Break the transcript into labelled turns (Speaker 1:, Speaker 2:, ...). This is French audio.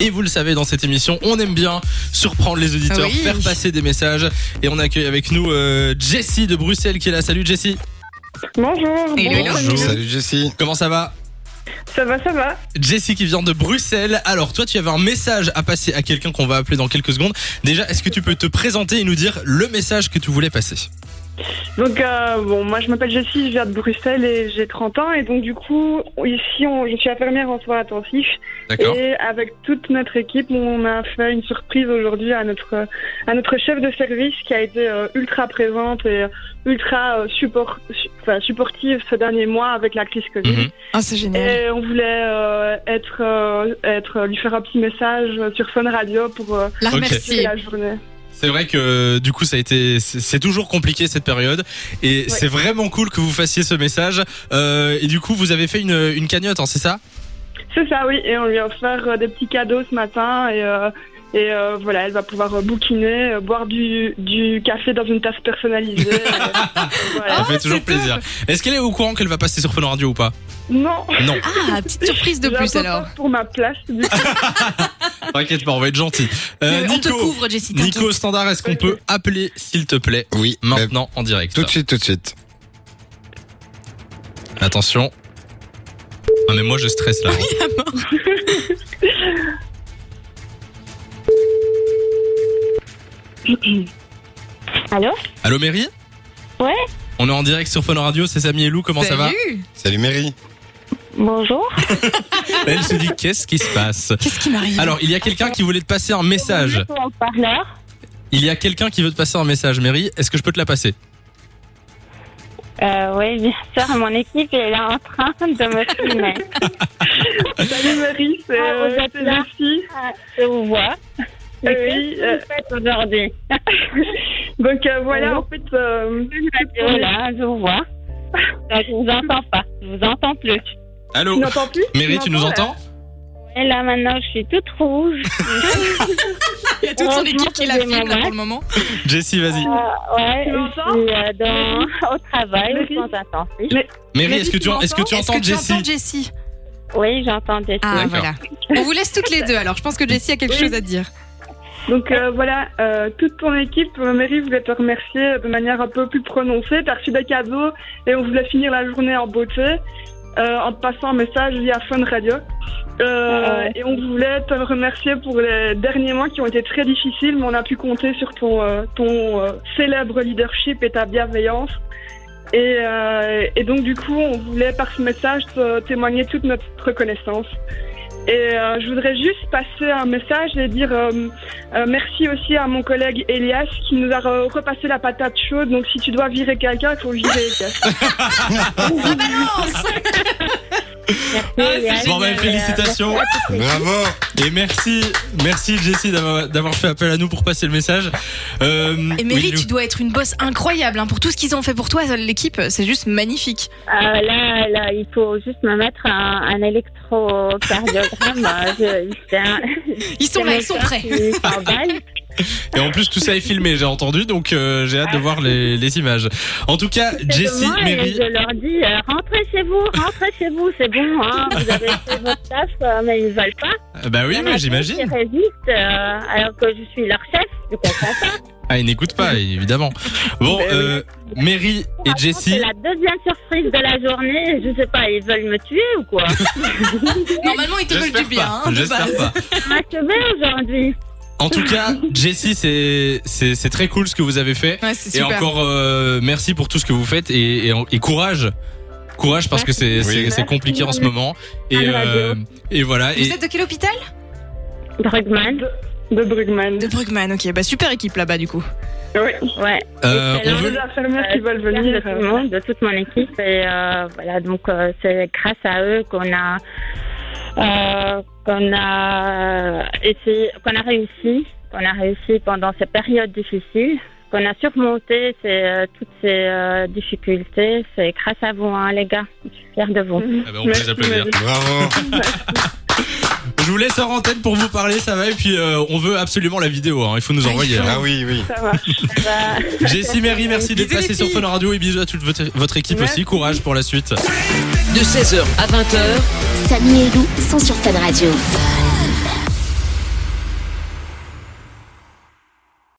Speaker 1: Et vous le savez, dans cette émission, on aime bien surprendre les auditeurs,
Speaker 2: Ah oui.
Speaker 1: faire passer des messages. Et on accueille avec nous euh, Jessie de Bruxelles qui est là. Salut Jessie,
Speaker 3: Bonjour.
Speaker 2: Hello, hello.
Speaker 3: Bonjour.
Speaker 1: Bonjour.
Speaker 4: Salut Jessie.
Speaker 1: comment ça va
Speaker 3: Ça va, ça va.
Speaker 1: Jessie qui vient de Bruxelles. Alors toi, tu avais un message à passer à quelqu'un qu'on va appeler dans quelques secondes. Déjà, est-ce que tu peux te présenter et nous dire le message que tu voulais passer
Speaker 3: Donc, euh, bon, moi, je m'appelle Jessie, je viens de Bruxelles et j'ai 30 ans. Et donc, du coup, ici, on, je suis infirmière en soins intensifs.
Speaker 1: D'accord
Speaker 3: Et avec toute notre équipe, on a fait une surprise aujourd'hui à notre, à notre chef de service qui a été euh, ultra présente et ultra euh, support, su- enfin, supportive ce dernier mois avec la crise Covid.
Speaker 1: Mhm.
Speaker 2: Ah, c'est génial.
Speaker 3: Et on voulait euh, être, euh, être, lui faire un petit message sur Fun Radio pour euh,
Speaker 2: La
Speaker 1: Ok.
Speaker 3: fêter
Speaker 2: remercier.
Speaker 3: la journée.
Speaker 1: C'est vrai que du coup, ça a été, c'est c'est toujours compliqué cette période. Et c'est vraiment cool que vous fassiez ce message. Euh, et du coup, vous avez fait une, une cagnotte, hein, c'est ça
Speaker 3: C'est ça, oui. Et on lui a offert euh, des petits cadeaux ce matin. Et, euh, et euh, voilà, elle va pouvoir euh, bouquiner, euh, boire du, du café dans une tasse personnalisée. euh, voilà.
Speaker 1: Ça fait
Speaker 2: Ah,
Speaker 1: toujours
Speaker 2: c'est top.
Speaker 1: plaisir. Est-ce qu'elle est au courant qu'elle va passer sur Fun Radio ou pas
Speaker 3: Non,
Speaker 1: Non.
Speaker 2: Ah, petite surprise de
Speaker 3: j'ai un
Speaker 2: plus
Speaker 3: peu
Speaker 2: alors.
Speaker 3: peur pour ma place. du coup.
Speaker 1: T'inquiète pas, on va être gentil. Euh,
Speaker 2: Mais on te
Speaker 1: Nico,
Speaker 2: couvre, Jessie. t'inquiète.
Speaker 1: Nico Standard, est-ce qu'on peut appeler, s'il te plaît,
Speaker 4: Oui, euh,
Speaker 1: maintenant en direct
Speaker 4: tout de suite, tout de suite.
Speaker 1: Attention. Non mais moi je stresse là.
Speaker 2: Ah,
Speaker 5: Allô
Speaker 1: Allô Mary
Speaker 5: Ouais.
Speaker 1: On est en direct sur Fun Radio, c'est Samy et Lou, comment ça va
Speaker 2: Salut.
Speaker 4: Salut Mary.
Speaker 5: Bonjour.
Speaker 1: Elle se dit qu'est-ce qui se passe
Speaker 2: Qu'est-ce qui m'arrive
Speaker 1: Alors il y a quelqu'un qui voulait te passer un message.
Speaker 5: Vous êtes en parleur
Speaker 1: Il y a quelqu'un qui veut te passer un message Mary, est-ce que je peux te la passer
Speaker 5: euh, Oui, bien sûr. Mon équipe est là en train de me filmer.
Speaker 3: Salut Marie, c'est
Speaker 5: Ah,
Speaker 3: euh,
Speaker 5: vous êtes
Speaker 3: c'est
Speaker 5: là.
Speaker 3: Lucie.
Speaker 5: Je vous vois. Mais
Speaker 3: Oui,
Speaker 5: qu'est-ce que vous faites aujourd'hui
Speaker 3: Donc euh, voilà,
Speaker 5: Bonjour.
Speaker 3: en fait, euh,
Speaker 5: Je suis là, je vous vois. Donc, je vous entends pas. Je vous entends plus.
Speaker 3: tu
Speaker 1: Allô
Speaker 3: n'entends plus
Speaker 1: Mary, tu nous entends
Speaker 5: Et là, maintenant, je suis toute rouge.
Speaker 2: Il y a toute son équipe qui la filme là, pour le moment.
Speaker 1: Jessie, vas-y.
Speaker 5: Euh, ouais,
Speaker 3: Tu
Speaker 5: je
Speaker 3: m'entends
Speaker 5: suis euh, dans, au travail,
Speaker 3: Marie
Speaker 5: sans intensif.
Speaker 1: Mary,
Speaker 3: Mary,
Speaker 1: est-ce que
Speaker 3: tu
Speaker 1: tu, en- est-ce que tu
Speaker 2: Est-ce
Speaker 1: entends
Speaker 2: que tu
Speaker 1: Jessie
Speaker 2: entends Jessie
Speaker 5: Oui, j'entends des
Speaker 2: Ah,
Speaker 1: D'accord.
Speaker 2: voilà. On vous laisse toutes les deux alors. Je pense que Jessie a quelque
Speaker 3: Oui.
Speaker 2: chose à te dire.
Speaker 3: Donc euh, voilà, euh, toute ton équipe, euh, Mary voulait te remercier de manière un peu plus prononcée. T'as reçu des cadeaux et on voulait finir la journée en beauté euh, en te passant un message via Fun Radio. Euh,
Speaker 5: Ouais.
Speaker 3: Et on voulait te remercier pour les derniers mois qui ont été très difficiles, mais on a pu compter sur ton, euh, ton euh, célèbre leadership et ta bienveillance. Et, euh, et donc du coup, on voulait par ce message te- témoigner toute notre reconnaissance. Et euh, je voudrais juste passer un message et dire euh, euh, merci aussi à mon collègue Elias qui nous a re- repassé la patate chaude. Donc si tu dois virer quelqu'un, il faut virer Elias.
Speaker 2: Ça Ah, balance
Speaker 5: Merci.
Speaker 1: Bon bah
Speaker 5: euh,
Speaker 1: félicitations
Speaker 4: Bravo.
Speaker 1: et merci, merci Jessie d'avoir d'avoir fait appel à nous pour passer le message. Euh,
Speaker 2: Et Mary,
Speaker 1: oui, Lou.
Speaker 2: tu dois être une boss incroyable hein, pour tout ce qu'ils ont fait pour toi, l'équipe. C'est juste magnifique.
Speaker 5: Euh, là, là, il faut juste me mettre un, un électrocardiogramme. hein, je- c'est un-
Speaker 2: Ils sont là, ils sont prêts.
Speaker 5: qui s'emballe.
Speaker 1: Et en plus, tout ça est filmé, j'ai entendu, donc euh, j'ai hâte de voir les, les images. En tout cas, Jessie,
Speaker 5: Moi, et
Speaker 1: Mary,
Speaker 5: Je leur dis, euh, rentrez chez vous, rentrez chez vous, c'est bon, hein, vous avez fait votre taf, euh, mais ils ne veulent pas.
Speaker 1: bah oui,
Speaker 5: Il y en
Speaker 1: mais
Speaker 5: a plein Qui
Speaker 1: j'imagine.
Speaker 5: résistent, euh, alors que je suis leur chef, je comprends pas.
Speaker 1: Ah, ils n'écoutent pas, évidemment. Bon,
Speaker 5: Ben oui.
Speaker 1: euh, Mary et
Speaker 5: Franchement, C'est
Speaker 1: Jessie,
Speaker 5: la deuxième surprise de la journée, je sais pas, ils veulent me tuer ou quoi
Speaker 2: Normalement, ils te veulent du
Speaker 1: j'espère
Speaker 2: bien.
Speaker 1: pas,
Speaker 2: hein, de
Speaker 1: j'espère
Speaker 2: base.
Speaker 1: pas.
Speaker 5: Ma cheveux aujourd'hui.
Speaker 1: En tout cas, Jessie, c'est c'est c'est très cool ce que vous avez fait.
Speaker 2: Ouais, c'est
Speaker 1: Et
Speaker 2: super.
Speaker 1: encore, euh, merci pour tout ce que vous faites et, et, et courage. Courage parce que c'est
Speaker 4: Merci.
Speaker 1: c'est c'est compliqué en ce moment. Et,
Speaker 5: À la radio.
Speaker 1: euh, et voilà.
Speaker 2: Ah, Vous
Speaker 1: Et,
Speaker 2: êtes de quel hôpital
Speaker 5: Brugman,
Speaker 3: De Brugman.
Speaker 2: De Brugman, ok. Bah, super équipe là-bas du coup.
Speaker 3: Oui.
Speaker 5: ouais.
Speaker 1: euh, on
Speaker 5: excellent.
Speaker 1: veut,
Speaker 3: Les infirmières qui veulent
Speaker 5: Merci
Speaker 3: venir. euh, hein.
Speaker 5: de tout le monde, de toute mon équipe. Et euh, voilà, donc euh, c'est grâce à eux qu'on a, euh, qu'on a essayé, qu'on a réussi, qu'on a réussi pendant ces périodes difficiles, qu'on a surmonté ces, euh, toutes ces euh, difficultés. C'est grâce à vous, hein, les gars. Je suis fière de vous.
Speaker 1: Ah bah, on peut les
Speaker 3: Merci,
Speaker 1: applaudir.
Speaker 3: Mary.
Speaker 4: Bravo.
Speaker 1: Je vous laisse en antenne pour vous parler, ça va. Et puis euh, on veut absolument la vidéo. hein, il faut nous
Speaker 2: Ah, il
Speaker 1: envoyer.
Speaker 2: faut.
Speaker 1: hein.
Speaker 4: Ah oui, oui.
Speaker 3: Ça va.
Speaker 1: Jessie, Mary, merci d'être
Speaker 2: Bisous, les
Speaker 1: passée sur
Speaker 2: filles.
Speaker 1: Fun Radio et bisous à toute votre votre équipe
Speaker 3: Merci.
Speaker 1: aussi. Courage pour la suite.
Speaker 6: de 16h à 20h.
Speaker 7: Samy et Lou sont sur Fun Radio.